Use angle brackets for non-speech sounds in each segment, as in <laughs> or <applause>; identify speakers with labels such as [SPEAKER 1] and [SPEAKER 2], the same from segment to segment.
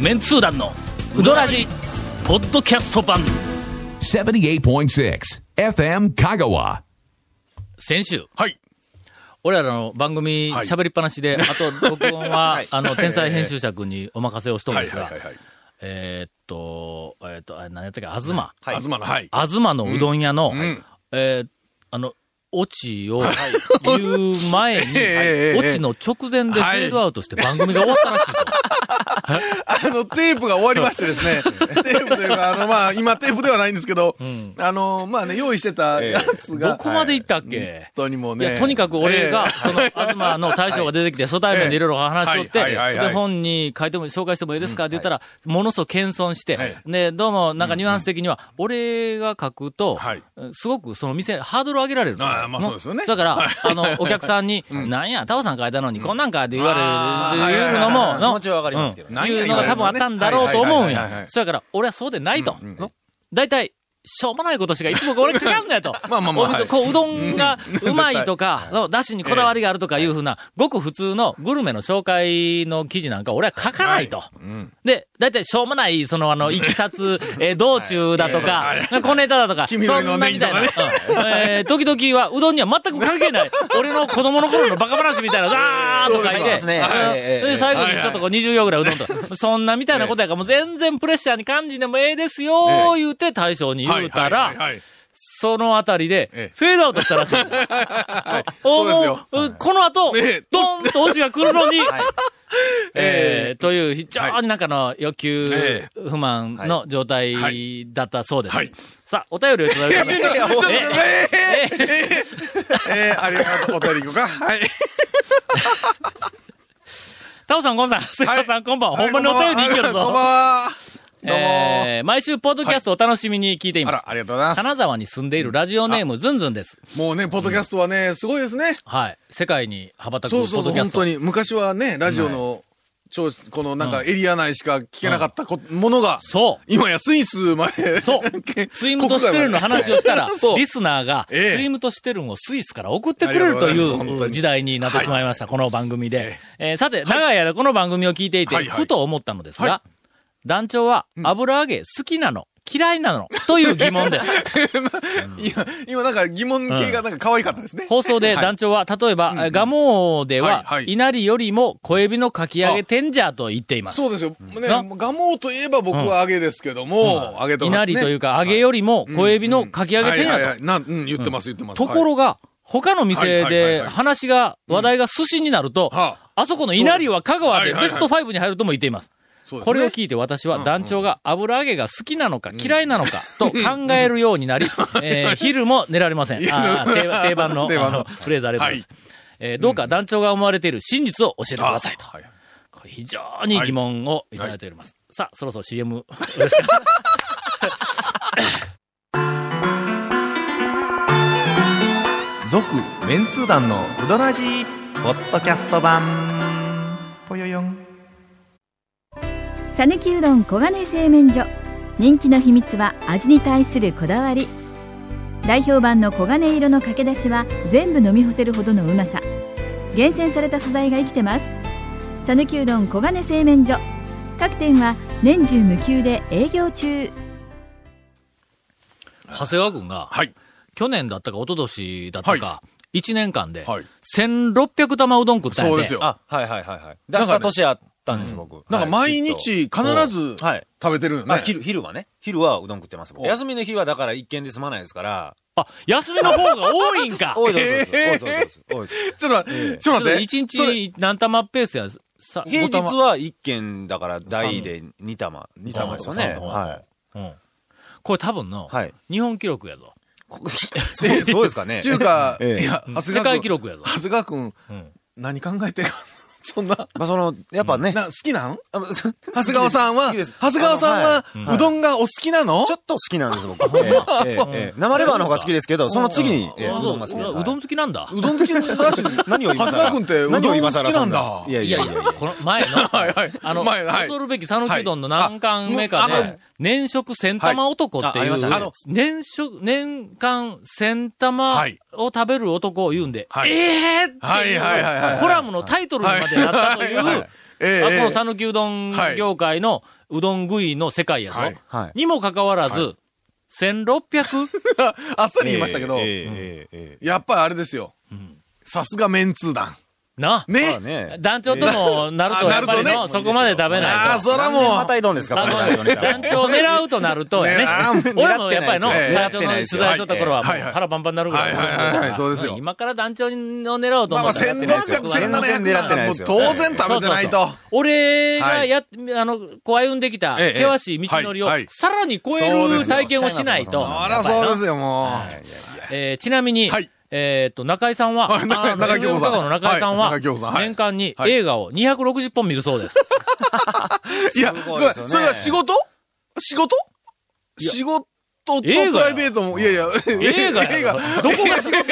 [SPEAKER 1] メンツー団のウドラジポッドキャスト版
[SPEAKER 2] 78.6 FM Kagawa.
[SPEAKER 1] 先週
[SPEAKER 3] はい。
[SPEAKER 1] 俺らの番組
[SPEAKER 3] はい
[SPEAKER 1] 喋りっぱなしで、あと録音
[SPEAKER 3] <laughs>
[SPEAKER 1] は、あの天才編集者君にお任せをしとるん
[SPEAKER 3] はい
[SPEAKER 1] です
[SPEAKER 3] はい
[SPEAKER 1] が
[SPEAKER 3] はいはい。
[SPEAKER 1] えーっとえーっとあれ何やったっけ東、
[SPEAKER 3] はい、東の、はい。
[SPEAKER 1] 東のうどん屋の、
[SPEAKER 3] ん
[SPEAKER 1] えーあのオチを言う
[SPEAKER 3] <laughs>
[SPEAKER 1] 前に、
[SPEAKER 3] ええ
[SPEAKER 1] オチの直前でフ
[SPEAKER 3] はい
[SPEAKER 1] ェードアウトして番組が終わったらしい
[SPEAKER 3] <laughs>
[SPEAKER 1] ぞ。
[SPEAKER 3] <laughs> あの、テープが終わりまして
[SPEAKER 1] <laughs>
[SPEAKER 3] ですね。テープというか、あの、まあ、今テープではないんですけど、あの、まあね、用意してたやつが。
[SPEAKER 1] どこまで行
[SPEAKER 3] 行
[SPEAKER 1] ったっけ、
[SPEAKER 3] 本当にもう
[SPEAKER 1] い
[SPEAKER 3] ね。
[SPEAKER 1] や、とにかく俺が、その、東の大将が出てき
[SPEAKER 3] <laughs>
[SPEAKER 1] て、初対面でいろいろ話をして、
[SPEAKER 3] はいはいはいはい
[SPEAKER 1] で、本に書いても、紹介してもいいですかって言ったら、ものすごく謙遜して、
[SPEAKER 3] はい
[SPEAKER 1] で、どうも、なんかニュアンス的には、俺が書くと、
[SPEAKER 3] はい
[SPEAKER 1] すごくその店、ハードルを上げられると
[SPEAKER 3] ああまあそうですよね
[SPEAKER 1] だから、あの、お客さん
[SPEAKER 3] <laughs>
[SPEAKER 1] に、なんや、タオさん書いたのに、こんなんかって言わ
[SPEAKER 3] あ
[SPEAKER 1] れ
[SPEAKER 3] あ
[SPEAKER 1] る、言うの
[SPEAKER 3] はいはい
[SPEAKER 1] も、
[SPEAKER 3] は
[SPEAKER 1] の
[SPEAKER 4] 気持ちはわかりますけど
[SPEAKER 1] う
[SPEAKER 4] ね
[SPEAKER 1] ん
[SPEAKER 3] 何や
[SPEAKER 1] いうのが多分あったんだろうと思うん
[SPEAKER 3] 言われるのねはいは
[SPEAKER 1] や
[SPEAKER 3] いはいはいは。い
[SPEAKER 1] そやから、俺はそうでないと。の大体、しょうもないことしかいつも俺かかんだよと。
[SPEAKER 3] まあまあまあ
[SPEAKER 1] お店
[SPEAKER 3] はい
[SPEAKER 1] こう、うどんがうまいとか、の、だしにこだわりがあるとかいうふうな、ごく普通のグルメの紹介の記事なんか俺は書かないと。で、大体しょうもない、その、あの、いきさつ、えー道中だとか、小ネタだとか、そ
[SPEAKER 3] 君よりの
[SPEAKER 1] んなみたいな。
[SPEAKER 3] ネギ
[SPEAKER 1] うんえー時々は、うどんには全く関係ない。俺の子供の頃のバカ話みたいな、ザーッと書い
[SPEAKER 4] そうで
[SPEAKER 1] て
[SPEAKER 4] す。ね
[SPEAKER 1] うん
[SPEAKER 4] えええ
[SPEAKER 1] で、
[SPEAKER 4] え
[SPEAKER 1] 最後にちょっとこう20秒ぐらいうどん
[SPEAKER 3] <laughs>
[SPEAKER 1] と。そんなみたいなことやから、もう全然プレッシャーに感じんでもええですよ、言うて大将に言うた
[SPEAKER 3] はいはい
[SPEAKER 1] ら、
[SPEAKER 3] はいはい
[SPEAKER 1] そのあたりで
[SPEAKER 3] ええ、
[SPEAKER 1] フェードアウトしたらしい。 <laughs> お
[SPEAKER 3] そうです
[SPEAKER 1] も
[SPEAKER 3] よ
[SPEAKER 1] ううこの後
[SPEAKER 3] ええ、
[SPEAKER 1] ドンとオチが来るのに、え
[SPEAKER 3] え
[SPEAKER 1] ーという非常になんかの欲求
[SPEAKER 3] え
[SPEAKER 1] 不満の状態だったそうで
[SPEAKER 3] はい
[SPEAKER 1] す。さあ、お便りをいただいております。
[SPEAKER 3] ちょっと、
[SPEAKER 1] ええ
[SPEAKER 3] えええええありがとう。お便り行こうか。はい。
[SPEAKER 1] タオさん、ゴンさん、スイカさん、こんばんは。ほんまにお便りいける
[SPEAKER 3] こんばん
[SPEAKER 1] ぞ。
[SPEAKER 3] は。どうも。
[SPEAKER 1] えー毎週、ポッドキャストをお楽しみに聞いてい
[SPEAKER 3] あ
[SPEAKER 1] ます
[SPEAKER 3] ら、。ありがとうございます。
[SPEAKER 1] 金沢に住んでいるラジオネーム、ズンズンです。
[SPEAKER 3] もうね、ポッドキャストはね、すごいですね。
[SPEAKER 1] はい。世界に羽ばたくポ
[SPEAKER 3] そうそ
[SPEAKER 1] ッ
[SPEAKER 3] うそ
[SPEAKER 1] ド
[SPEAKER 3] う、
[SPEAKER 1] キャ
[SPEAKER 3] 本
[SPEAKER 1] スト
[SPEAKER 3] 当。に。昔はね、ラジオの、ちょこのなんかエリア内しか聞けなかったこものが、
[SPEAKER 1] そう。
[SPEAKER 3] 今やスイスまで。、
[SPEAKER 1] そう。スイムとしてるの話をしたら
[SPEAKER 3] <laughs> そう
[SPEAKER 1] リスナーが、
[SPEAKER 3] ええ
[SPEAKER 1] スイムとしてるをスイスから送ってくれると
[SPEAKER 3] ありがとうございます本
[SPEAKER 1] い
[SPEAKER 3] 当
[SPEAKER 1] う
[SPEAKER 3] に
[SPEAKER 1] 時代になってしまいました、この番組で。えーさて、長い間この番組を聞いていて、
[SPEAKER 3] はいはい
[SPEAKER 1] ふと思ったのですが、
[SPEAKER 3] は
[SPEAKER 1] 団長は油揚げ好きなの、嫌いなのという疑問です。
[SPEAKER 3] <laughs> 今、今なんか疑問系がなんか可愛かったですね。
[SPEAKER 1] 放送で団長は、例えば、ガモーでは、
[SPEAKER 3] はいはい
[SPEAKER 1] 稲荷よりも小エビのかき揚げ天じゃと言っています。
[SPEAKER 3] そうですよ。ね、
[SPEAKER 1] な
[SPEAKER 3] ガモーといえば僕は揚げですけども、揚げと
[SPEAKER 1] いなりという
[SPEAKER 3] か
[SPEAKER 1] か、揚げよりも小エビのかき揚げてん
[SPEAKER 3] はいはい
[SPEAKER 1] や
[SPEAKER 3] はいなんうん、言ってます、言ってま
[SPEAKER 1] と。
[SPEAKER 3] す。
[SPEAKER 1] ところが、他の店
[SPEAKER 3] はいはいはい
[SPEAKER 1] で
[SPEAKER 3] はい
[SPEAKER 1] 話が、話題が寿司になると、
[SPEAKER 3] はあ
[SPEAKER 1] あそこのいなりは香川で
[SPEAKER 3] そうで
[SPEAKER 1] ベ
[SPEAKER 3] す
[SPEAKER 1] スト5に入るとも言っています。
[SPEAKER 3] そうですね
[SPEAKER 1] これを聞いて私は団長が油揚げが好きなのか嫌いなのかと考えるように
[SPEAKER 3] <laughs>
[SPEAKER 1] なり、えー昼も寝られません。あー定番定番の
[SPEAKER 3] 定番
[SPEAKER 1] あ
[SPEAKER 3] の
[SPEAKER 1] のフレーズありがとうございます。えーどうか団長が思われている真実を教えてくださいと。
[SPEAKER 3] はい
[SPEAKER 1] これ非常に疑問をいただいております。さあ、そろそろ CM ですか。
[SPEAKER 5] 続メンツー団のウドラジーポッドキャスト版ぽよよん
[SPEAKER 6] さぬきうどん黄金製麺所人気の秘密は味に対するこだわり代表版の黄金色のかけだしは全部飲み干せるほどのうまさ厳選された素材が生きてます「さぬきうどん黄金製麺所」各店は年中無休で営業中
[SPEAKER 1] 長谷川君が、
[SPEAKER 3] はい。
[SPEAKER 1] 去年だったか一昨年だったか、
[SPEAKER 3] は
[SPEAKER 1] 1年間で、
[SPEAKER 3] はい
[SPEAKER 1] 1600玉うどん食ったんや
[SPEAKER 3] そう
[SPEAKER 1] で
[SPEAKER 3] ですよ。
[SPEAKER 4] あ、はいはいはいはい。出した年あったんです、僕。
[SPEAKER 3] なんか
[SPEAKER 4] はい
[SPEAKER 3] 毎日
[SPEAKER 4] ずっと
[SPEAKER 3] 必ず
[SPEAKER 4] はい。
[SPEAKER 3] 食べてるよ
[SPEAKER 4] まあ、
[SPEAKER 3] ね。
[SPEAKER 4] 昼、昼はね。昼はうどん食ってます、僕。
[SPEAKER 3] お
[SPEAKER 4] 休みの日はだから一軒で済まないですから。
[SPEAKER 1] あ、休みの方が多いん
[SPEAKER 3] <laughs>
[SPEAKER 1] か
[SPEAKER 4] 多いです、多いです、多いです多いです。
[SPEAKER 3] ちょっと待って、ちょっ
[SPEAKER 1] ちょっと
[SPEAKER 3] と待って。
[SPEAKER 1] 一
[SPEAKER 3] それ
[SPEAKER 1] 日何玉ペースやさ
[SPEAKER 4] 平日は一軒だから大で2玉。2玉ですよね。
[SPEAKER 3] 玉 <laughs>
[SPEAKER 4] は
[SPEAKER 1] うんこれ多分の、
[SPEAKER 4] はい
[SPEAKER 1] 日本記録やぞ。
[SPEAKER 4] い。そうそうですかね
[SPEAKER 3] っ。ていうか、
[SPEAKER 4] ええ
[SPEAKER 3] いや、長谷
[SPEAKER 1] 世
[SPEAKER 3] 川
[SPEAKER 1] 界記
[SPEAKER 3] 君、
[SPEAKER 1] 録やぞ。
[SPEAKER 3] 長谷川君、
[SPEAKER 1] うん
[SPEAKER 3] 何考えてんのそんな、
[SPEAKER 4] まあその、やっぱね。
[SPEAKER 3] <laughs> な好きなん
[SPEAKER 4] あまあそ
[SPEAKER 3] 長谷川さん
[SPEAKER 4] <laughs> 好
[SPEAKER 3] は、
[SPEAKER 4] きです
[SPEAKER 3] 長谷川さん
[SPEAKER 4] あの
[SPEAKER 3] は、
[SPEAKER 4] いう
[SPEAKER 3] どんがお好きなの
[SPEAKER 4] ちょっと好きなんです、僕。ええええええ生レバーの方が好きですけど、その次に、ええうどんが好きです。
[SPEAKER 1] うどん好きなんだ。
[SPEAKER 3] うどん好きらしい。
[SPEAKER 4] 何を今
[SPEAKER 3] 長谷川
[SPEAKER 4] 更
[SPEAKER 3] 君ってうどん
[SPEAKER 4] 何を今更
[SPEAKER 3] 好きなんだ
[SPEAKER 4] そいや
[SPEAKER 1] い
[SPEAKER 4] い
[SPEAKER 1] や
[SPEAKER 4] や
[SPEAKER 1] い
[SPEAKER 4] い
[SPEAKER 1] や
[SPEAKER 4] や
[SPEAKER 1] いや、この前の、
[SPEAKER 3] はいはい
[SPEAKER 1] あの、
[SPEAKER 3] 前はい
[SPEAKER 1] 恐るべき讃岐うどんの何巻目か
[SPEAKER 3] はいあ
[SPEAKER 1] で
[SPEAKER 3] もうあの、
[SPEAKER 1] 年食千玉男って
[SPEAKER 4] はいああ
[SPEAKER 1] い
[SPEAKER 4] りました
[SPEAKER 1] う、
[SPEAKER 4] ね
[SPEAKER 3] あの
[SPEAKER 1] 年食、年間千玉
[SPEAKER 3] はい
[SPEAKER 1] を食べる男を言うんで、
[SPEAKER 3] はい
[SPEAKER 1] ええーって
[SPEAKER 3] はいはいはいいうはい
[SPEAKER 1] コラムのタイトルにまでなったとい
[SPEAKER 3] は
[SPEAKER 1] う
[SPEAKER 3] いはい、 <laughs> ええ
[SPEAKER 1] あこの讃岐うどん業界のうどん食いの世界やぞ。
[SPEAKER 3] はい
[SPEAKER 4] はい
[SPEAKER 1] にもかかわらず、1600?
[SPEAKER 3] あっさり言いましたけど、
[SPEAKER 4] ええええええ
[SPEAKER 3] やっぱりあれですよ。さすがメンツー団。
[SPEAKER 1] な、
[SPEAKER 4] まあ
[SPEAKER 3] <laughs> ね。
[SPEAKER 4] ね。
[SPEAKER 1] 団長ともなるとやっぱり
[SPEAKER 3] あな
[SPEAKER 1] の、
[SPEAKER 3] るとね
[SPEAKER 1] そこまで食べな
[SPEAKER 3] あ
[SPEAKER 1] い
[SPEAKER 3] あ、
[SPEAKER 1] と。
[SPEAKER 3] そら
[SPEAKER 4] 何年ま
[SPEAKER 3] も
[SPEAKER 4] たいどんですか、こ
[SPEAKER 1] あの
[SPEAKER 4] れ
[SPEAKER 1] 団長を狙うとなるとやね
[SPEAKER 3] ねあー。
[SPEAKER 1] 俺もやっぱりの、
[SPEAKER 4] 狙って
[SPEAKER 1] 最
[SPEAKER 4] ないです
[SPEAKER 1] 初の取
[SPEAKER 4] よ
[SPEAKER 1] 材しとった頃はもう
[SPEAKER 3] はいはい
[SPEAKER 1] 腹パンパンになるぐらいの
[SPEAKER 3] はいはいはいはいそうですよ
[SPEAKER 1] 今から団長を狙おうと
[SPEAKER 3] う、
[SPEAKER 1] 思
[SPEAKER 3] まあまあ、
[SPEAKER 1] ったら
[SPEAKER 3] 1600、
[SPEAKER 4] 全然狙ってな
[SPEAKER 3] 1700、も
[SPEAKER 4] いで
[SPEAKER 3] う
[SPEAKER 4] すよ
[SPEAKER 3] 当然食べてない
[SPEAKER 1] そう
[SPEAKER 3] と
[SPEAKER 1] そう。そう俺が
[SPEAKER 3] はい
[SPEAKER 1] やっ、あの、こう歩んできた、
[SPEAKER 3] ええ
[SPEAKER 1] 険しい道のりを
[SPEAKER 3] はいはい、
[SPEAKER 1] さらに超え
[SPEAKER 3] そう
[SPEAKER 1] る
[SPEAKER 3] ですよ
[SPEAKER 1] 体験をしないと。
[SPEAKER 3] あら、そうですよ、もう。
[SPEAKER 1] えーちなみに、
[SPEAKER 3] はい
[SPEAKER 1] えーっと、中井さんは、
[SPEAKER 3] はい中井
[SPEAKER 1] あの
[SPEAKER 3] 中井京子さん
[SPEAKER 1] FM の中井さんは、
[SPEAKER 3] はい中井京子さんはい
[SPEAKER 1] 年間に
[SPEAKER 3] はい
[SPEAKER 1] 映画を260本見るそう
[SPEAKER 3] <laughs>
[SPEAKER 1] です。
[SPEAKER 3] いや、
[SPEAKER 4] す
[SPEAKER 3] ご
[SPEAKER 4] ごい
[SPEAKER 3] め
[SPEAKER 4] で
[SPEAKER 3] ん
[SPEAKER 4] すよね
[SPEAKER 3] それは仕事仕事仕事とプ
[SPEAKER 1] 映画や
[SPEAKER 3] ライベートも、いやいや、
[SPEAKER 1] 映画やぞ
[SPEAKER 3] <laughs> 映画。
[SPEAKER 1] どこが仕事や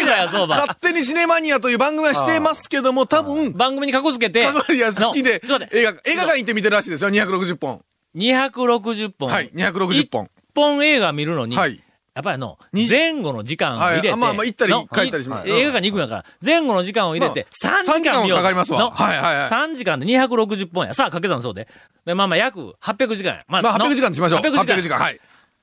[SPEAKER 1] 映画やぞ、お前。
[SPEAKER 3] 勝手にシネマニアという番組はしてますけども、多分、
[SPEAKER 1] 番組にかこつけて、
[SPEAKER 3] <laughs> いや、好きで
[SPEAKER 1] のちょっと待っ、て
[SPEAKER 3] 映画、映画館行って見てるらしいですよ、260本。
[SPEAKER 1] 260本。
[SPEAKER 3] はい、260本。
[SPEAKER 1] 一本映画見るのに、
[SPEAKER 3] はい。
[SPEAKER 1] やっぱりあの、
[SPEAKER 3] 二十
[SPEAKER 1] 前後の時間を入れて、
[SPEAKER 3] はいあまあまあ行ったり
[SPEAKER 1] の
[SPEAKER 3] 帰ったりします
[SPEAKER 1] い映画館に行くんやから、前後の時間を入れて、
[SPEAKER 3] まあ
[SPEAKER 1] 3時間見よう
[SPEAKER 3] 三時間はかかりますわ
[SPEAKER 1] の
[SPEAKER 3] はいはいはい
[SPEAKER 1] 3時間で260本や。さあ、掛け算そうで。で、まあまあ約800時間や。ま
[SPEAKER 3] まあ、
[SPEAKER 1] の
[SPEAKER 3] 800時間にしましょう。
[SPEAKER 1] 800
[SPEAKER 3] 800
[SPEAKER 1] 時
[SPEAKER 3] 時
[SPEAKER 1] 間。
[SPEAKER 3] 間。はい。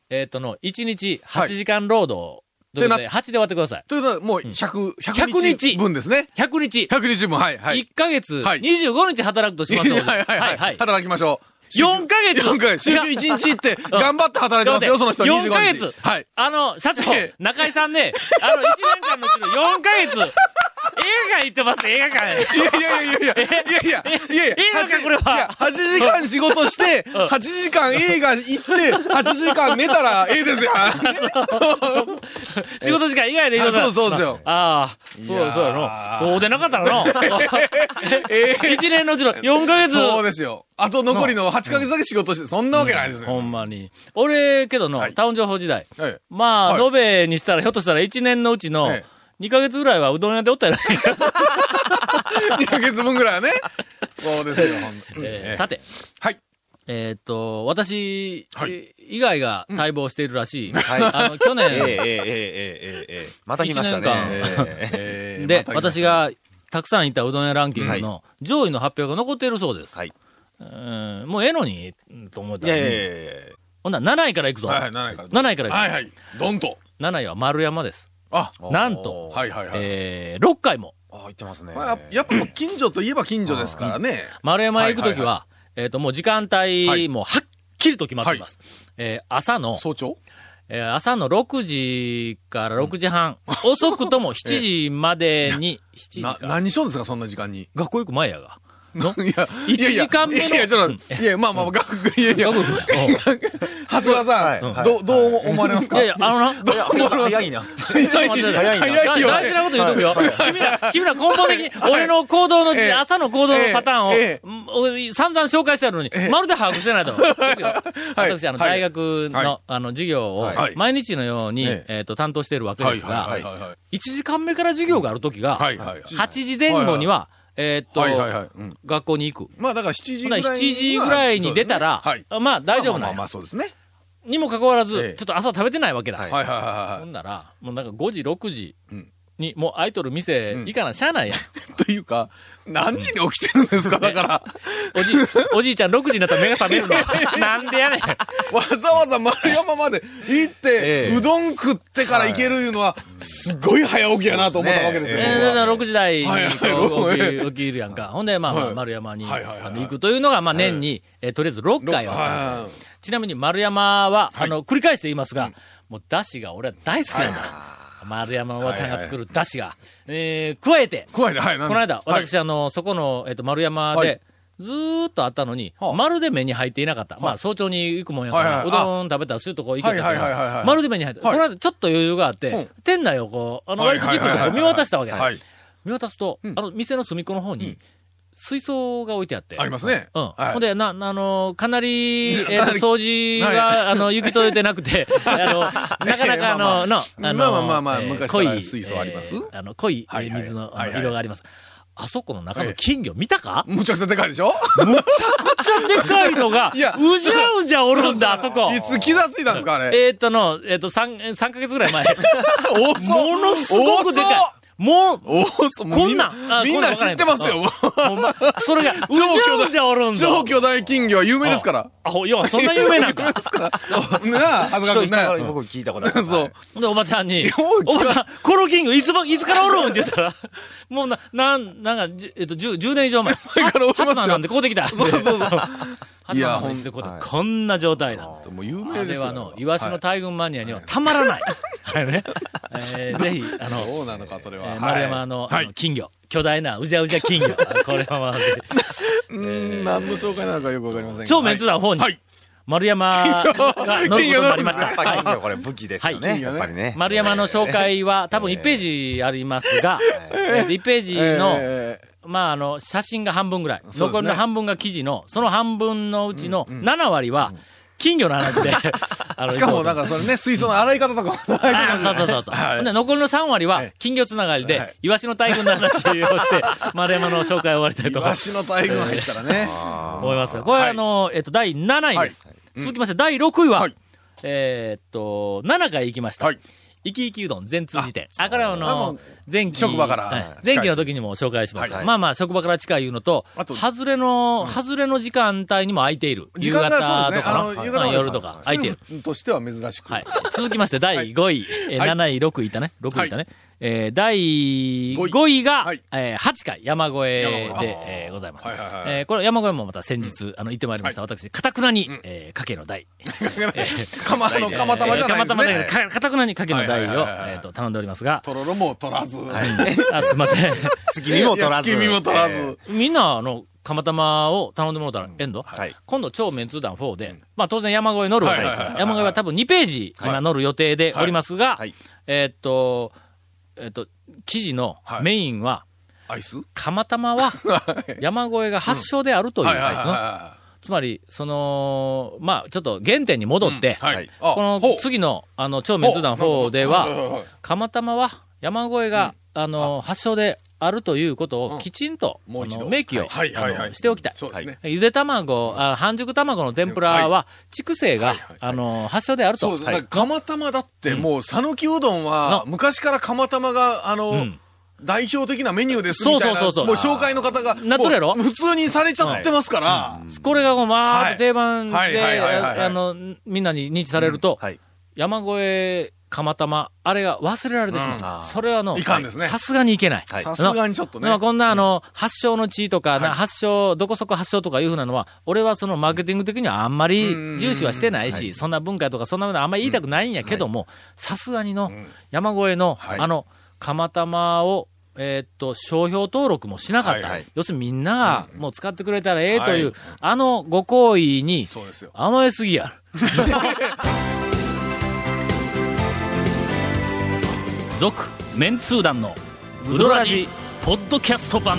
[SPEAKER 1] えっとの、1日8
[SPEAKER 3] はい
[SPEAKER 1] 時間労働。ということで、8で終わってください。
[SPEAKER 3] ということは、もう100、
[SPEAKER 1] 100
[SPEAKER 3] 100日分ですね。
[SPEAKER 1] 100日、
[SPEAKER 3] 100日分、はい、はい。
[SPEAKER 1] 1ヶ月、
[SPEAKER 3] はい
[SPEAKER 1] 25日働くとしますので。
[SPEAKER 3] <laughs> はいはいはい。
[SPEAKER 1] はい。
[SPEAKER 3] 働きましょう。
[SPEAKER 1] 4ヶ月
[SPEAKER 3] 4ヶ月。週休1日行 <laughs> って、頑張って働いてますよ、その人は25日。
[SPEAKER 1] 4ヶ月、
[SPEAKER 3] はい。
[SPEAKER 1] あの、社長
[SPEAKER 3] ええ、
[SPEAKER 1] 中井さんね、あの、1年間のうちの4ヶ月、映画館行ってます、映画館へ。
[SPEAKER 3] いやいやい <laughs> やいやいや、いやいや、いやい
[SPEAKER 1] え
[SPEAKER 3] や、
[SPEAKER 1] えなんかこれは
[SPEAKER 3] 8時間仕事して、8時間映画行って、8時間寝たらええですよ。 <laughs>
[SPEAKER 1] 仕事時間以外でいい
[SPEAKER 3] あ
[SPEAKER 1] こと
[SPEAKER 3] そうそうですよ。
[SPEAKER 1] ああ、そうや、そうやの。そうでなかったらの。1年のうちの4ヶ月。
[SPEAKER 3] そうですよ。あと残りの8ヶ月だけ仕事して、そんなわけないです
[SPEAKER 1] ほ
[SPEAKER 3] よ。
[SPEAKER 1] んまに。俺、けどの、
[SPEAKER 3] はい
[SPEAKER 1] タウン情報時代。
[SPEAKER 3] はい
[SPEAKER 1] まあ、
[SPEAKER 3] はい
[SPEAKER 1] 延べにしたら、ひょっとしたら1年のうちの
[SPEAKER 3] ええ
[SPEAKER 1] 2ヶ月ぐらいはうどん屋でおったやないか。
[SPEAKER 3] 2ヶ月分ぐらい
[SPEAKER 1] <laughs>
[SPEAKER 3] はね。そうですよ、ほんと
[SPEAKER 1] えーさて。
[SPEAKER 3] はい。
[SPEAKER 1] えーっと、私、
[SPEAKER 3] はい
[SPEAKER 1] え以外が待望しているらしい。あの、去
[SPEAKER 4] えええ
[SPEAKER 1] 年
[SPEAKER 4] ええええええまた来ましたね。
[SPEAKER 1] 一
[SPEAKER 4] ええ
[SPEAKER 3] えー
[SPEAKER 1] で、
[SPEAKER 3] また
[SPEAKER 1] 私がたくさんいたうどん屋ランキングの上位の発表が残っているそうです。
[SPEAKER 4] はい
[SPEAKER 1] うんもうええのに、と思った
[SPEAKER 4] いや
[SPEAKER 1] ら
[SPEAKER 4] いやいやいや
[SPEAKER 1] ほんなら7位からいくぞ。
[SPEAKER 3] はいはい、7位から。
[SPEAKER 1] 7位からいく
[SPEAKER 3] はいはい。ドンと。
[SPEAKER 1] 7位は丸山です。
[SPEAKER 3] あ、
[SPEAKER 1] なんと、
[SPEAKER 3] はいはいはい。
[SPEAKER 1] えー、6回も。
[SPEAKER 4] あ、行ってますね。
[SPEAKER 3] まあ、やっぱもう近所といえば近所ですからね。
[SPEAKER 1] 丸山へ行くときは、
[SPEAKER 3] はいは
[SPEAKER 1] えっ、と、もう時間帯もはっきりと決まっています。えー朝の、
[SPEAKER 3] 早朝
[SPEAKER 1] えー朝の6時から6時半、遅くとも7時まで
[SPEAKER 3] <laughs>
[SPEAKER 1] に、7時
[SPEAKER 3] な、
[SPEAKER 1] か。
[SPEAKER 3] 何しようんですか、そんな時間に。
[SPEAKER 1] 学校行く前やが。の
[SPEAKER 3] <laughs> いや、
[SPEAKER 1] 一時間目の
[SPEAKER 3] いやいやいや、ちょっと、
[SPEAKER 1] <laughs>
[SPEAKER 3] いや、まあまあ、学 <laughs> いやいや、
[SPEAKER 1] 学校行く前
[SPEAKER 3] 長谷川さ
[SPEAKER 4] はい
[SPEAKER 3] ん、
[SPEAKER 4] はい
[SPEAKER 3] どう、どう思われます
[SPEAKER 1] お
[SPEAKER 3] か
[SPEAKER 1] ういやいや、あのな、
[SPEAKER 3] どう
[SPEAKER 4] ち
[SPEAKER 3] 思
[SPEAKER 4] ょっと
[SPEAKER 3] われ
[SPEAKER 4] 早
[SPEAKER 3] ます
[SPEAKER 4] いな。
[SPEAKER 1] ちょっと待ってくださ
[SPEAKER 4] 早
[SPEAKER 1] だ
[SPEAKER 4] いな
[SPEAKER 3] 早いよ
[SPEAKER 1] 大事なこと言うとくよ。君ら、君ら根本的に、俺の行動の、
[SPEAKER 3] ええ
[SPEAKER 1] 朝の行動のパターンを、
[SPEAKER 3] ええ
[SPEAKER 1] うんお散々紹介してあるのに、まるで把握してないだろ。行くよ
[SPEAKER 3] はい
[SPEAKER 1] 私、あの、
[SPEAKER 3] はい
[SPEAKER 1] 大学の、
[SPEAKER 3] は
[SPEAKER 1] あの、授業を
[SPEAKER 3] は、い
[SPEAKER 1] 毎日のように、
[SPEAKER 3] え
[SPEAKER 1] えっと、担当しているわけですが、
[SPEAKER 3] いは
[SPEAKER 1] 1時間目から授業があるときが、
[SPEAKER 3] はいはいはい
[SPEAKER 1] 8時前後には、えっと
[SPEAKER 3] はいはいはいうん、
[SPEAKER 1] 学校に行く。
[SPEAKER 3] まあ、だから7時
[SPEAKER 1] ほ
[SPEAKER 3] ぐ
[SPEAKER 1] な
[SPEAKER 3] らいに
[SPEAKER 1] 7
[SPEAKER 3] は。
[SPEAKER 1] 時ぐらいに出たら
[SPEAKER 3] そうですね、
[SPEAKER 1] まあ、
[SPEAKER 3] はい。
[SPEAKER 1] 大丈夫
[SPEAKER 3] ま
[SPEAKER 1] な
[SPEAKER 3] あまあまあ
[SPEAKER 1] ん
[SPEAKER 3] ま
[SPEAKER 1] や
[SPEAKER 3] あ、そうですね。
[SPEAKER 1] にもかかわら
[SPEAKER 3] え
[SPEAKER 1] ず
[SPEAKER 3] え、
[SPEAKER 1] ちょっと朝食べてないわけだ。
[SPEAKER 3] はいはいはい
[SPEAKER 1] ほ
[SPEAKER 3] は
[SPEAKER 1] んなら、もうなんか5時、6時
[SPEAKER 3] うん
[SPEAKER 1] に、もうアイドル店行かな、しゃあないやん。
[SPEAKER 3] い。というか、何時に起きてる
[SPEAKER 1] <laughs>
[SPEAKER 3] んですか、だから。
[SPEAKER 1] おじ、 <laughs> おじいちゃん6時になったら目が覚める
[SPEAKER 3] <laughs>
[SPEAKER 1] の。なんでやねん。
[SPEAKER 3] わざわざ丸山まで行って
[SPEAKER 4] え、え
[SPEAKER 3] うどん食ってから行けるいうのは、すごい早起きやなと思ったわけですよ
[SPEAKER 1] え
[SPEAKER 4] そうで
[SPEAKER 1] ー
[SPEAKER 4] すね
[SPEAKER 1] だから6時台に
[SPEAKER 3] はいはい
[SPEAKER 1] こう
[SPEAKER 3] はい
[SPEAKER 1] 起き起きるやんか。ほんで、まあま
[SPEAKER 3] は
[SPEAKER 1] あ、
[SPEAKER 3] い
[SPEAKER 1] 丸山に
[SPEAKER 3] はいはいはい
[SPEAKER 1] あの行くというのが、まあ年に、えーとりあえず6回は。
[SPEAKER 3] はい
[SPEAKER 1] ちなみに丸山は、あの、繰り返して言いますが、もう出汁が俺は大好きなんだ。丸山おばちゃんが作る出汁が、えー加えて、
[SPEAKER 3] 怖いね、はい、なん
[SPEAKER 1] この
[SPEAKER 3] で
[SPEAKER 1] 間、私、
[SPEAKER 3] はい
[SPEAKER 1] あの、そこの、えっと、丸山
[SPEAKER 3] は
[SPEAKER 1] で
[SPEAKER 3] い、
[SPEAKER 1] ずーっとあったのに、まるで目に入っていなかった。まあ、早朝に行くもんやか
[SPEAKER 3] はい
[SPEAKER 1] ら、
[SPEAKER 3] はいう
[SPEAKER 1] どん食べたらすぐとこう行けたか
[SPEAKER 3] はいはいはいはいは
[SPEAKER 1] ら、
[SPEAKER 3] い
[SPEAKER 1] まるで目に入った。こ
[SPEAKER 3] はい
[SPEAKER 1] の間、ちょっと余裕があっ
[SPEAKER 3] う
[SPEAKER 1] て
[SPEAKER 3] ん、
[SPEAKER 1] 店内をこう、あの、割と
[SPEAKER 3] は
[SPEAKER 1] じ
[SPEAKER 3] い
[SPEAKER 1] っく
[SPEAKER 3] はい
[SPEAKER 1] り
[SPEAKER 3] はいはい
[SPEAKER 1] と見渡したわけだ
[SPEAKER 3] はい。
[SPEAKER 1] 見渡すと、あの、店の隅っこの方に、水槽が置いてあって。
[SPEAKER 3] ありますね。
[SPEAKER 1] うん。
[SPEAKER 3] はい
[SPEAKER 1] ほんで、な、なあの、かな
[SPEAKER 3] <laughs>
[SPEAKER 1] り、えっ、
[SPEAKER 3] か
[SPEAKER 1] と
[SPEAKER 3] な、り
[SPEAKER 1] 掃除が、あの、行き届いてなく
[SPEAKER 3] <laughs>
[SPEAKER 1] て、あの、なかなか、あの、
[SPEAKER 3] ま
[SPEAKER 1] の、
[SPEAKER 3] ま
[SPEAKER 1] の、
[SPEAKER 3] あまあまあまあ
[SPEAKER 1] えー
[SPEAKER 3] 昔から
[SPEAKER 1] 濃い
[SPEAKER 3] 水槽あります
[SPEAKER 1] えーあの、濃い、えー
[SPEAKER 3] はいはい
[SPEAKER 1] 水のあ
[SPEAKER 3] はい
[SPEAKER 1] の
[SPEAKER 3] はい
[SPEAKER 1] 色があります。あそこの中の金魚見たか、
[SPEAKER 3] むちゃくちゃでかいでしょ
[SPEAKER 1] めっちゃで <laughs> かいのが、う
[SPEAKER 3] い
[SPEAKER 1] じゃ
[SPEAKER 3] や
[SPEAKER 1] うじゃおるん
[SPEAKER 3] <laughs>
[SPEAKER 1] だ、あそこ。
[SPEAKER 3] いつ気がついたんですかあれ。 <laughs>
[SPEAKER 1] えーっとの、えーっと、3、三ヶ月ぐらい前。
[SPEAKER 3] 多そ
[SPEAKER 1] も
[SPEAKER 3] う
[SPEAKER 1] のすごくでかい。もう、
[SPEAKER 3] おーそうもう
[SPEAKER 1] こ
[SPEAKER 3] み
[SPEAKER 1] んなんあ
[SPEAKER 3] みんな
[SPEAKER 1] こん
[SPEAKER 3] 知
[SPEAKER 1] な
[SPEAKER 3] っ
[SPEAKER 1] ん
[SPEAKER 3] てますよ。もう
[SPEAKER 1] ほんまそれが、うじ
[SPEAKER 3] 超巨
[SPEAKER 1] ゃ
[SPEAKER 3] 大
[SPEAKER 1] うじゃおるんだ。
[SPEAKER 3] 超巨大金魚は有名ですから。
[SPEAKER 1] あ、ほ、要はそんな有名なん
[SPEAKER 3] <laughs>
[SPEAKER 1] か。
[SPEAKER 3] なあ、恥ずかし
[SPEAKER 4] 人、人から
[SPEAKER 3] く
[SPEAKER 4] 僕聞いたことある。
[SPEAKER 3] ない。そう。
[SPEAKER 1] で、おばちゃんに
[SPEAKER 3] おい、
[SPEAKER 1] おばさん、
[SPEAKER 3] <laughs>
[SPEAKER 1] この金魚いつば、いつからおるんって言ったら、 <laughs> もうな、なん、なんか、じゅえっと、10、10年以上前。
[SPEAKER 3] 前からおりますよ
[SPEAKER 1] 初馬なんでこうでき
[SPEAKER 3] <laughs>
[SPEAKER 1] た。そう <laughs> そうそう。初
[SPEAKER 3] い
[SPEAKER 1] 馬
[SPEAKER 3] や
[SPEAKER 1] なんでこうで、こんな状態だ。
[SPEAKER 3] もう有
[SPEAKER 1] あ
[SPEAKER 3] 名で
[SPEAKER 1] れ
[SPEAKER 3] すよ。
[SPEAKER 1] はあの、イワシの大群マニアにはたま
[SPEAKER 3] <laughs>
[SPEAKER 1] らない。はいね。えーぜひ、あの、
[SPEAKER 3] そうなのか、それ
[SPEAKER 1] えー
[SPEAKER 3] は。
[SPEAKER 1] 丸山のあの金魚、巨大なうじゃうじゃ金
[SPEAKER 3] <laughs>
[SPEAKER 1] 魚。これはまあ、
[SPEAKER 3] うん何の紹介なのかよくわかりませんが
[SPEAKER 1] 超メンツ団方に、丸山が乗ることになりました。
[SPEAKER 4] 金魚これ武器ですよ
[SPEAKER 1] は
[SPEAKER 4] ね。
[SPEAKER 1] い
[SPEAKER 4] やっぱりね。
[SPEAKER 1] 丸山の紹介は多分1ページありますが、えーと1ページの、
[SPEAKER 3] え
[SPEAKER 1] まあ、あの、写真が半分ぐらい。
[SPEAKER 3] すね
[SPEAKER 1] 残りの半分が記事の、その半分のうちの7割は、金魚の話
[SPEAKER 3] <laughs>
[SPEAKER 1] で、あ
[SPEAKER 3] ー
[SPEAKER 1] の
[SPEAKER 3] しかもなん
[SPEAKER 1] 行こうと
[SPEAKER 3] かそれね、水槽の洗い方とかも習い方
[SPEAKER 1] あ
[SPEAKER 3] な
[SPEAKER 1] ー
[SPEAKER 3] んで
[SPEAKER 1] そうそうそうそう。
[SPEAKER 3] はい
[SPEAKER 1] ほんで残りの3割は
[SPEAKER 3] ええ、
[SPEAKER 1] 金魚つながりで、
[SPEAKER 3] はい
[SPEAKER 1] イワシの大群の話を
[SPEAKER 3] <laughs>
[SPEAKER 1] して、丸山の紹介を終わりたい
[SPEAKER 3] イ
[SPEAKER 1] と思い
[SPEAKER 3] ワ
[SPEAKER 1] ます
[SPEAKER 3] シの大群入ったらね。
[SPEAKER 1] 思いますがこれはあの、えっと、第7位です。続きまして、第6位は、
[SPEAKER 3] はい
[SPEAKER 1] えーっと、7回行きました。
[SPEAKER 3] はい
[SPEAKER 1] 生き生きうどん全通じて。あ、これはあ
[SPEAKER 3] あも
[SPEAKER 1] の
[SPEAKER 3] う、
[SPEAKER 1] 前期。
[SPEAKER 3] 職場から
[SPEAKER 1] はい
[SPEAKER 3] 近い
[SPEAKER 1] 前期の時にも紹介します。
[SPEAKER 4] はい
[SPEAKER 1] まあまあ、職場から近いいうのと、
[SPEAKER 3] あと
[SPEAKER 1] 外れの、外れの時間帯にも空いている。
[SPEAKER 3] 時間がそう
[SPEAKER 1] 夕
[SPEAKER 3] で
[SPEAKER 1] 方
[SPEAKER 3] す
[SPEAKER 1] と
[SPEAKER 3] ね。あ
[SPEAKER 1] か
[SPEAKER 3] の、
[SPEAKER 1] なま
[SPEAKER 3] 夕方
[SPEAKER 1] あ夜とか空いている。
[SPEAKER 3] セルフとしては珍しく。
[SPEAKER 1] はい。続きまして、第5位、えー
[SPEAKER 3] はい
[SPEAKER 1] 7位、6位いたね。6位いたね。えー第5位が、
[SPEAKER 3] はい
[SPEAKER 1] えー8回山越え
[SPEAKER 3] 山越
[SPEAKER 1] で、えーございます。
[SPEAKER 3] はいはいはい
[SPEAKER 1] えーこれ山越えもまた先日、あの、行ってまいりました。私、かたくなに、えーかけの台。
[SPEAKER 3] 釜の釜玉じゃない
[SPEAKER 1] ま
[SPEAKER 3] んです
[SPEAKER 1] たま
[SPEAKER 3] ね。
[SPEAKER 1] たかたくなにかけの台
[SPEAKER 3] は
[SPEAKER 1] を、
[SPEAKER 3] いはいはいはい
[SPEAKER 1] えっ、と、頼んでおりますが、 <laughs>
[SPEAKER 3] とろろも取らず。
[SPEAKER 1] あすいません。 <laughs>
[SPEAKER 4] 月見も取らず。
[SPEAKER 3] 月見も取らず。
[SPEAKER 4] えー。
[SPEAKER 1] みんな、あの、釜玉を頼んでもらったら、エンド、
[SPEAKER 4] はい
[SPEAKER 1] 今度、超メンツー団4で、まあ当然山越え乗るわけですよ
[SPEAKER 3] はいはいはいはい
[SPEAKER 1] 山越えは多分2ページ、今乗る予定でおりますが、
[SPEAKER 4] はい
[SPEAKER 1] えーっと、えーっと、記事の
[SPEAKER 3] はい
[SPEAKER 1] メインは、
[SPEAKER 3] アイス <laughs>
[SPEAKER 1] 釜玉は山越えが発祥であるという、
[SPEAKER 3] はいはいはいは
[SPEAKER 1] つまり、その、まあちょっと原点に戻って、
[SPEAKER 3] い。はい。あ
[SPEAKER 1] この、次の、あの、超メンツー団4で
[SPEAKER 3] ほうほうほう
[SPEAKER 1] は、釜玉は山越えが、あの、発祥であるということをきちんと、
[SPEAKER 3] もう一
[SPEAKER 1] あ
[SPEAKER 3] 度。
[SPEAKER 1] の明記を、
[SPEAKER 3] はいはい
[SPEAKER 1] あ
[SPEAKER 3] は
[SPEAKER 1] の
[SPEAKER 3] い。
[SPEAKER 1] しておきたい。
[SPEAKER 3] そうですね。
[SPEAKER 1] ゆで卵、あ半熟卵の天ぷらは、畜生が、あの、発祥であると。
[SPEAKER 3] そう、だから釜玉だってもう、讃岐うどんは、昔から釜玉が、あの、
[SPEAKER 1] うん
[SPEAKER 3] 代表的なメニューですみたいな、
[SPEAKER 1] そうそうそうそう
[SPEAKER 3] もう紹介の方が、
[SPEAKER 1] なっとるやろ
[SPEAKER 3] もう普通にされちゃってますから、
[SPEAKER 1] これがもう、まあ、定番で、
[SPEAKER 3] はいはいはいはいはい
[SPEAKER 1] あの、みんなに認知されると、
[SPEAKER 4] はい。
[SPEAKER 1] 山越え、釜玉、あれが忘れられてしまう。
[SPEAKER 3] うん
[SPEAKER 4] あー
[SPEAKER 1] それはあの、
[SPEAKER 3] いかんですね
[SPEAKER 1] さすがにいけない。
[SPEAKER 4] はい
[SPEAKER 3] さすがにちょっとね。
[SPEAKER 1] まあこんな、あの、発祥の地とか、な発祥、どこそこ発祥とかいうふうなのは、俺はそのマーケティング的にはあんまり重視はしてないし、そんな文化とかそんなものあんまり言いたくないんやけども、さすがにの、山越えの、
[SPEAKER 4] はい
[SPEAKER 1] あの、釜玉を、えーっと、商標登録もしなかった。
[SPEAKER 4] はいはい
[SPEAKER 1] 要するにみんながもう使ってくれたらええという、
[SPEAKER 3] はい
[SPEAKER 1] あのご行為に、
[SPEAKER 3] そうですよ。
[SPEAKER 1] 甘えすぎ
[SPEAKER 3] <laughs>
[SPEAKER 1] や。続、メンツー団の、ウドラジ、ポッドキャスト版。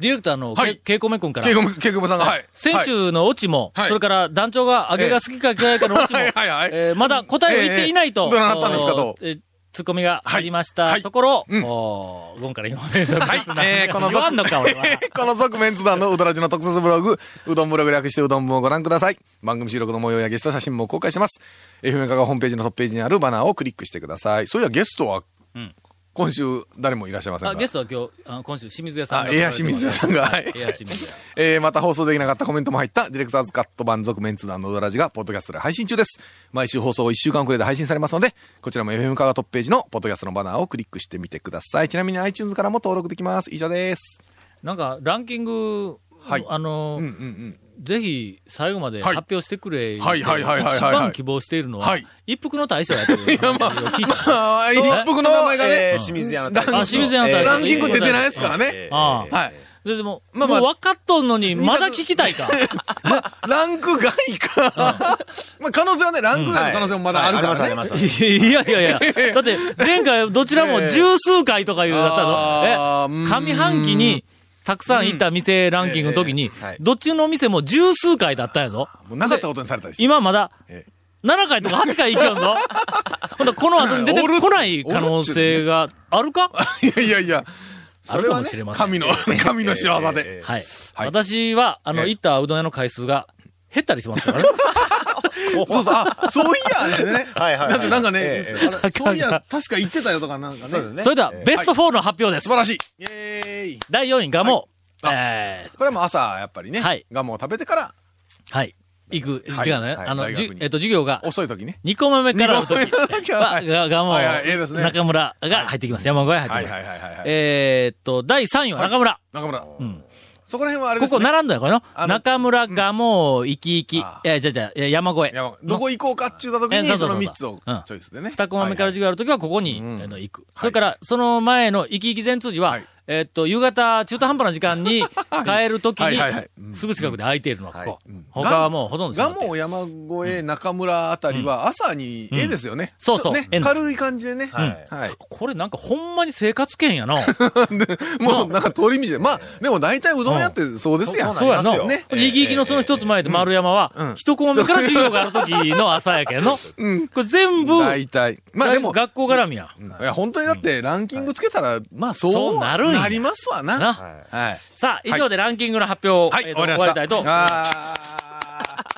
[SPEAKER 1] ディレクターの
[SPEAKER 3] はい
[SPEAKER 1] け、けいこめくんから
[SPEAKER 3] ケイ、コム、ケイコムさんが、はい。
[SPEAKER 1] 先週のオチも、
[SPEAKER 3] はい
[SPEAKER 1] それから団長が揚げが好きか嫌いかのオチも、
[SPEAKER 3] はいはいはい
[SPEAKER 1] えーまだ答えを言っていないと、
[SPEAKER 3] ええどうなったんですかと
[SPEAKER 1] えーツッコミがありました、
[SPEAKER 3] はいはい
[SPEAKER 1] ところ、
[SPEAKER 3] うん
[SPEAKER 1] おーゴンからインフォメーションです
[SPEAKER 3] は
[SPEAKER 1] <laughs>
[SPEAKER 3] いえーこの
[SPEAKER 1] 言わんのか、俺
[SPEAKER 3] <laughs>
[SPEAKER 1] は。
[SPEAKER 3] この続メンツ団のうどらじの特設ブログ、うどんブログ略してうどん部をご覧ください。番組収録の模様やゲスト写真も公開してます。FM カがホームページのトップページにあるバナーをクリックしてください。そういやゲストは、
[SPEAKER 1] ん
[SPEAKER 3] 今週誰もいらっしゃいません
[SPEAKER 1] あ
[SPEAKER 3] が。
[SPEAKER 1] ゲストは今日、あ今週、清水屋さん
[SPEAKER 3] あ、
[SPEAKER 1] が。
[SPEAKER 3] エア清水屋さんが、は
[SPEAKER 1] <laughs>
[SPEAKER 3] い
[SPEAKER 1] エア清水屋。
[SPEAKER 3] えーまた放送できなかったコメントも入った、ディレクターズカット版続メンツ団のうどらじが、ポッドキャストで配信中です。毎週放送1週間くらいで配信されますので、こちらも FM カがトップページのポッドキャストのバナーをクリックしてみてください。ちなみに iTunes からも登録できます。以上です。
[SPEAKER 1] なんか、ランキング、
[SPEAKER 3] はい
[SPEAKER 1] あの、
[SPEAKER 3] うんうんうん。
[SPEAKER 1] ぜひ、最後まで
[SPEAKER 3] はい
[SPEAKER 1] 発表してくれ、
[SPEAKER 3] はいはいはいはいはい
[SPEAKER 1] 一番希望しているのは、
[SPEAKER 3] はい
[SPEAKER 1] 一服の大将やという
[SPEAKER 3] <laughs>
[SPEAKER 1] 話を聞いた。
[SPEAKER 3] ああ、一服の名前が
[SPEAKER 4] え
[SPEAKER 3] ね
[SPEAKER 4] ー、清水屋の
[SPEAKER 3] ラン
[SPEAKER 4] 大
[SPEAKER 3] キン
[SPEAKER 4] 将。
[SPEAKER 3] グ
[SPEAKER 1] あ清水屋の大将
[SPEAKER 4] えー
[SPEAKER 3] ランキング出てないですから
[SPEAKER 4] え
[SPEAKER 3] ね。
[SPEAKER 4] ー
[SPEAKER 1] あー
[SPEAKER 3] はい。
[SPEAKER 1] ででも、
[SPEAKER 3] まあまあ
[SPEAKER 1] もう分かっとんのに、まだ聞きたいか。
[SPEAKER 3] ランク外か。まあ、可能性はね、ランク外の可能性もまだあるからね。
[SPEAKER 4] はいありますあります
[SPEAKER 1] いやいやいや、だって前回どちらも十数回とかいうだったの。
[SPEAKER 3] あー
[SPEAKER 1] え
[SPEAKER 3] う、ん
[SPEAKER 1] 上半期にたくさん行った店ランキングの時に
[SPEAKER 4] えはい、
[SPEAKER 1] どっちのお店も十数回だったんやぞ。
[SPEAKER 3] もうなかったことにされたりして。
[SPEAKER 1] 今まだ
[SPEAKER 3] え
[SPEAKER 1] 7回とか8回行きよん
[SPEAKER 3] <laughs>
[SPEAKER 1] ぞ。ほんとこの後に出てこない可能性がある
[SPEAKER 3] <laughs>
[SPEAKER 1] か
[SPEAKER 3] いやいやいや。
[SPEAKER 1] あるかもしれません。
[SPEAKER 3] 神の、神 <laughs> の仕業で。
[SPEAKER 1] はい。
[SPEAKER 3] はい
[SPEAKER 1] 私は、あの、
[SPEAKER 3] ええ
[SPEAKER 1] 行ったうどん屋の回数が減ったりしますからね。
[SPEAKER 3] そうそう、あ、そういや、ね。
[SPEAKER 4] はいはいはい
[SPEAKER 3] だってなんかね、
[SPEAKER 4] え
[SPEAKER 3] あれそういや、確か言ってたよとかなんかね。
[SPEAKER 4] そうですね。
[SPEAKER 1] それでは、ベスト4の発表です
[SPEAKER 3] 素。晴らしい。イェーイ。
[SPEAKER 1] 第4位がもう、
[SPEAKER 3] はいあ
[SPEAKER 1] え
[SPEAKER 3] これはもう朝、やっぱりね、
[SPEAKER 1] はい
[SPEAKER 3] ガムを食べてから、
[SPEAKER 1] ーはい。行く、
[SPEAKER 3] はい
[SPEAKER 1] 違うね。
[SPEAKER 3] はい
[SPEAKER 1] あの、
[SPEAKER 3] 大
[SPEAKER 1] じ
[SPEAKER 3] 学
[SPEAKER 1] ゅ
[SPEAKER 3] に
[SPEAKER 1] えっと、授業が、
[SPEAKER 3] 遅い時ね。
[SPEAKER 1] 2個目目からの時
[SPEAKER 3] 二個目の時は
[SPEAKER 1] は、
[SPEAKER 3] はい
[SPEAKER 1] が、がも
[SPEAKER 3] はいはいええです
[SPEAKER 1] う、
[SPEAKER 3] ね
[SPEAKER 1] 中村が入ってきます。山小屋入っ
[SPEAKER 3] は
[SPEAKER 1] て
[SPEAKER 3] い
[SPEAKER 1] き
[SPEAKER 3] は
[SPEAKER 1] ま
[SPEAKER 3] いはいはい
[SPEAKER 1] す。
[SPEAKER 3] はい。
[SPEAKER 1] えーっと、第3位は中村。
[SPEAKER 3] 中村。
[SPEAKER 1] ん
[SPEAKER 3] そこら辺はあれで
[SPEAKER 1] こ
[SPEAKER 3] す
[SPEAKER 1] こ
[SPEAKER 3] ね。
[SPEAKER 1] 並んだよ、これの。
[SPEAKER 3] あの
[SPEAKER 1] 中村がもう、生き生き
[SPEAKER 3] あ。
[SPEAKER 1] えー、じゃあじゃあえー山越え。
[SPEAKER 3] いやどこ行こうかって言った時
[SPEAKER 1] えそ
[SPEAKER 3] に、
[SPEAKER 1] うそ
[SPEAKER 3] そう
[SPEAKER 1] そう
[SPEAKER 3] の
[SPEAKER 1] そう
[SPEAKER 3] 3つを
[SPEAKER 1] うん
[SPEAKER 3] チョイスでね。
[SPEAKER 1] 二コマ目から
[SPEAKER 3] はい
[SPEAKER 1] 授業あるときはここに、
[SPEAKER 3] うん
[SPEAKER 1] あの行く。
[SPEAKER 3] はい
[SPEAKER 1] それから、その前の生き生き全通じは、
[SPEAKER 3] はい
[SPEAKER 1] えっと、夕方、中途半端な時間
[SPEAKER 3] <laughs>
[SPEAKER 1] に帰るとき
[SPEAKER 3] はい
[SPEAKER 1] に
[SPEAKER 3] はいはいうん、
[SPEAKER 1] すぐ近くで空いているのはここ。
[SPEAKER 3] ん
[SPEAKER 1] 他はもうほとんど閉
[SPEAKER 3] ガ
[SPEAKER 1] まってる
[SPEAKER 3] モ山越え、中村あたりは朝に絵ですよね。
[SPEAKER 1] そうそう
[SPEAKER 3] ちょっと
[SPEAKER 1] 絵
[SPEAKER 3] ね、
[SPEAKER 1] の
[SPEAKER 3] 軽い感じでね。
[SPEAKER 4] は
[SPEAKER 3] はいい。
[SPEAKER 1] これなんかほんまに生活圏や
[SPEAKER 3] <laughs>
[SPEAKER 1] な。
[SPEAKER 3] もうなんか通り道で。まあ、でも大体うどん屋ってそうですや。
[SPEAKER 4] うんん
[SPEAKER 1] そうや
[SPEAKER 4] な
[SPEAKER 1] の。
[SPEAKER 4] ります
[SPEAKER 1] ね
[SPEAKER 4] よ。
[SPEAKER 1] 生き生きのその一つ前で丸山は、
[SPEAKER 3] うん
[SPEAKER 1] 一コマ目から授業があるときの朝やけんの。
[SPEAKER 3] うん。
[SPEAKER 1] これ全部、
[SPEAKER 3] 大体。まあでも、
[SPEAKER 1] 学校絡みや。
[SPEAKER 3] いや、本当にだってランキングつけたら、まあそう、
[SPEAKER 1] そうなるんや
[SPEAKER 3] りますわな。
[SPEAKER 1] な。
[SPEAKER 3] はい。
[SPEAKER 1] さあ、以上でランキングの発表を、
[SPEAKER 3] はい、
[SPEAKER 1] えー
[SPEAKER 3] 終
[SPEAKER 1] と
[SPEAKER 3] わりま
[SPEAKER 1] 終
[SPEAKER 3] し
[SPEAKER 1] わり
[SPEAKER 3] た。
[SPEAKER 1] たいと。
[SPEAKER 3] あ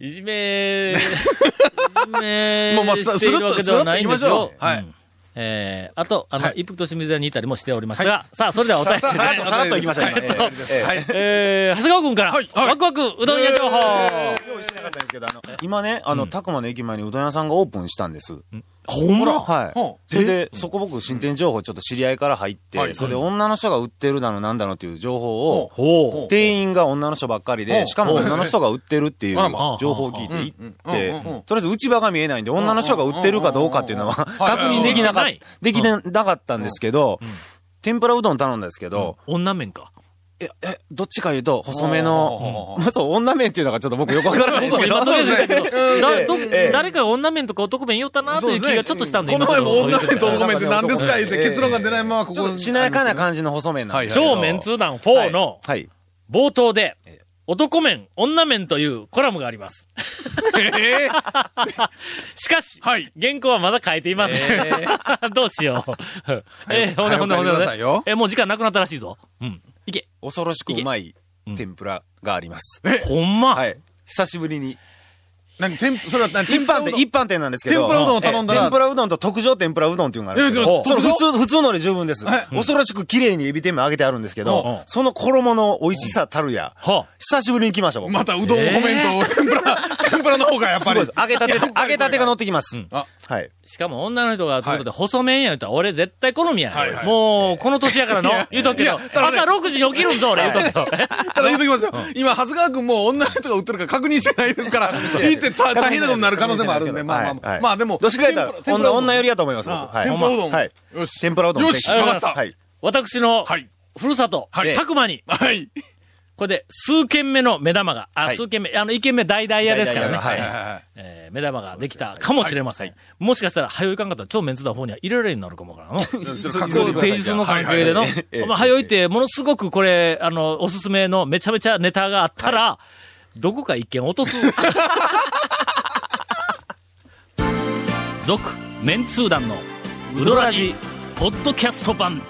[SPEAKER 1] いじめ、いじめ、
[SPEAKER 3] <laughs> もうまあ
[SPEAKER 1] しているわけではないんです
[SPEAKER 3] スルッと
[SPEAKER 1] よ
[SPEAKER 3] スルッと行きましょうはい
[SPEAKER 1] んえー、あと、あの、
[SPEAKER 3] はい
[SPEAKER 1] 一服と清水屋にいたりもしておりますが、さあ、それではお便り
[SPEAKER 3] さあ
[SPEAKER 4] さらっと、さらっと行きましょう、
[SPEAKER 3] はい
[SPEAKER 4] 今ね。
[SPEAKER 1] はい
[SPEAKER 4] ええ
[SPEAKER 3] はい。
[SPEAKER 1] えー、長谷川君から、
[SPEAKER 3] はいはい
[SPEAKER 1] ワクワクうどん屋情報、
[SPEAKER 4] 用意してなかったんですけど、あの、今ね、あの、たくまの駅前にうどん屋さんがオープンしたんです。
[SPEAKER 1] ほんま
[SPEAKER 4] はい
[SPEAKER 3] ほ。う
[SPEAKER 4] それで、そこ僕、新店情報ちょっと知り合いから入っ
[SPEAKER 3] は
[SPEAKER 4] て、
[SPEAKER 3] い
[SPEAKER 4] それで女の人が売ってるだのなんだのっていう情報を、
[SPEAKER 1] ほう。
[SPEAKER 4] 店員が女の人ばっかり
[SPEAKER 3] ほ
[SPEAKER 4] で、
[SPEAKER 3] う
[SPEAKER 4] しかも女の人が売ってるっていう
[SPEAKER 3] あらま
[SPEAKER 4] 情報を聞いて行って
[SPEAKER 3] うんうんうんうん、
[SPEAKER 4] とりあえず内場が見えないんで、女の人が売ってるかどうかっていうのは <laughs> 確認できなかっ
[SPEAKER 1] はい
[SPEAKER 4] た、できなかったんですけど、天ぷらうどん頼んだんですけど、
[SPEAKER 1] 女面か。
[SPEAKER 4] え、え、どっちか言うと、細め
[SPEAKER 3] ほうほうほ
[SPEAKER 4] の
[SPEAKER 3] う、
[SPEAKER 4] まあ <laughs> そう、女麺っていうのがちょっと僕よくわからないんです
[SPEAKER 3] <laughs>
[SPEAKER 4] けど、
[SPEAKER 1] 今とりあえずだけどだど
[SPEAKER 4] ええ
[SPEAKER 1] 誰かが女面とか男面言おったなという気がちょっとしたんで、
[SPEAKER 3] この
[SPEAKER 1] 今
[SPEAKER 3] 前も
[SPEAKER 1] ちょっと
[SPEAKER 3] 女面と男面って何ですか言
[SPEAKER 4] ええ
[SPEAKER 3] って結論が出ないままこ
[SPEAKER 4] <laughs> ちょっ
[SPEAKER 3] こ
[SPEAKER 4] としなやかな感じの細麺なんですけど。
[SPEAKER 1] 超メンツー団4の
[SPEAKER 4] はい。はい
[SPEAKER 1] 冒頭で、男面、女面というコラムがあります。
[SPEAKER 3] ええ
[SPEAKER 1] しかし、
[SPEAKER 3] はい
[SPEAKER 1] 原稿はまだ変えていません。 <laughs> どうしよう。えー、ほんでほんでほんでほ
[SPEAKER 3] 早く帰ってく
[SPEAKER 1] ん
[SPEAKER 3] ださいよ
[SPEAKER 1] で。えー、もう時間なくなったらしいぞ。うん。いけ。
[SPEAKER 4] 恐ろしくうまい
[SPEAKER 1] うん
[SPEAKER 4] 天ぷらがあります。
[SPEAKER 1] ほんま。
[SPEAKER 4] はい。久しぶりに。
[SPEAKER 3] 何天ぷそれは何
[SPEAKER 4] 一
[SPEAKER 3] 天ぷら
[SPEAKER 4] 般
[SPEAKER 3] うど
[SPEAKER 4] 店、
[SPEAKER 3] ん
[SPEAKER 4] 一般店なんですけど。
[SPEAKER 3] 天ぷらうどんを頼んだら
[SPEAKER 4] ええ天ぷらうどんと特上天ぷらうどんっていうのがあるんですけ
[SPEAKER 1] いや
[SPEAKER 4] ど。
[SPEAKER 1] ち
[SPEAKER 4] そ
[SPEAKER 3] ょ
[SPEAKER 4] の
[SPEAKER 3] 特
[SPEAKER 4] 普
[SPEAKER 3] 上
[SPEAKER 4] 通、普通ので十分です。恐ろしく綺麗にエビ天も揚げてあるんですけ
[SPEAKER 1] うんうん
[SPEAKER 4] ど、その衣の美味しさたるや。
[SPEAKER 1] は
[SPEAKER 4] 久しぶりに来ました、僕。
[SPEAKER 3] またうどんコメント天ぷら天ぷらの方がやっ
[SPEAKER 4] す
[SPEAKER 3] ぱ
[SPEAKER 4] ご
[SPEAKER 3] り
[SPEAKER 4] いです。揚げたて、
[SPEAKER 3] やっぱりこれ
[SPEAKER 4] 揚げたてが乗ってきます。
[SPEAKER 1] ん
[SPEAKER 3] あ
[SPEAKER 4] はい。
[SPEAKER 1] しかも女の人がということで、細麺や言うたら俺絶対好みやん。
[SPEAKER 3] はいはい
[SPEAKER 1] もう、この年やからの、言うとくけど、
[SPEAKER 3] いやただね
[SPEAKER 1] 朝6時に起きるんぞ、俺言うとくけ
[SPEAKER 3] <laughs>
[SPEAKER 1] ど。
[SPEAKER 3] ただ言うときますよ今長谷川君も女の人が売ってるか確認してないです <laughs> から言ってた大変なことになる可能性もあるんでまあまあまあまあでも
[SPEAKER 4] どっちかやったら
[SPEAKER 3] 天、ぷ天ぷら
[SPEAKER 4] 女、
[SPEAKER 3] うどん
[SPEAKER 4] 女寄りやと思います、
[SPEAKER 3] あ
[SPEAKER 4] 僕。
[SPEAKER 3] 天ぷらうどん
[SPEAKER 4] はい。
[SPEAKER 3] よし
[SPEAKER 4] 天ぷらうどん
[SPEAKER 3] よし
[SPEAKER 4] ぜひ
[SPEAKER 3] 分かった
[SPEAKER 4] はい。
[SPEAKER 1] <laughs> 私の、
[SPEAKER 3] はい
[SPEAKER 1] ふるさと、
[SPEAKER 3] はい
[SPEAKER 1] たくまに、
[SPEAKER 3] はい
[SPEAKER 1] これで数軒目の目玉が、あ、
[SPEAKER 4] はい
[SPEAKER 1] 数軒目、あの、一軒目大々屋ですからね。
[SPEAKER 4] 大々屋はい
[SPEAKER 3] はいはい
[SPEAKER 1] えー目玉ができたかもしれません。もしかしたら、早いかんかったら超メンツだ方には入れられるようになるかもわからん
[SPEAKER 4] <laughs>
[SPEAKER 1] の。
[SPEAKER 3] ちょっと
[SPEAKER 4] そう
[SPEAKER 3] 確
[SPEAKER 1] そうい
[SPEAKER 3] 認してく
[SPEAKER 1] う
[SPEAKER 3] ださ
[SPEAKER 1] ペ
[SPEAKER 3] い
[SPEAKER 1] ージ数の関係での
[SPEAKER 4] はいはいええ、
[SPEAKER 1] まあ、早いって、ものすごくこれ、あの、おすすめのめちゃめちゃネタがあったら、どこか一件落とす。続、メンツー団の、ウドラジ、ポッドキャスト版。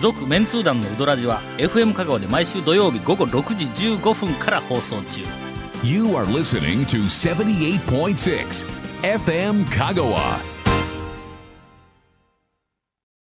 [SPEAKER 1] 続、メンツー団のウドラジは、FM 香川で毎週土曜日午後6時15分から放送中。
[SPEAKER 2] You are listening to 78.6 FM Kagawa.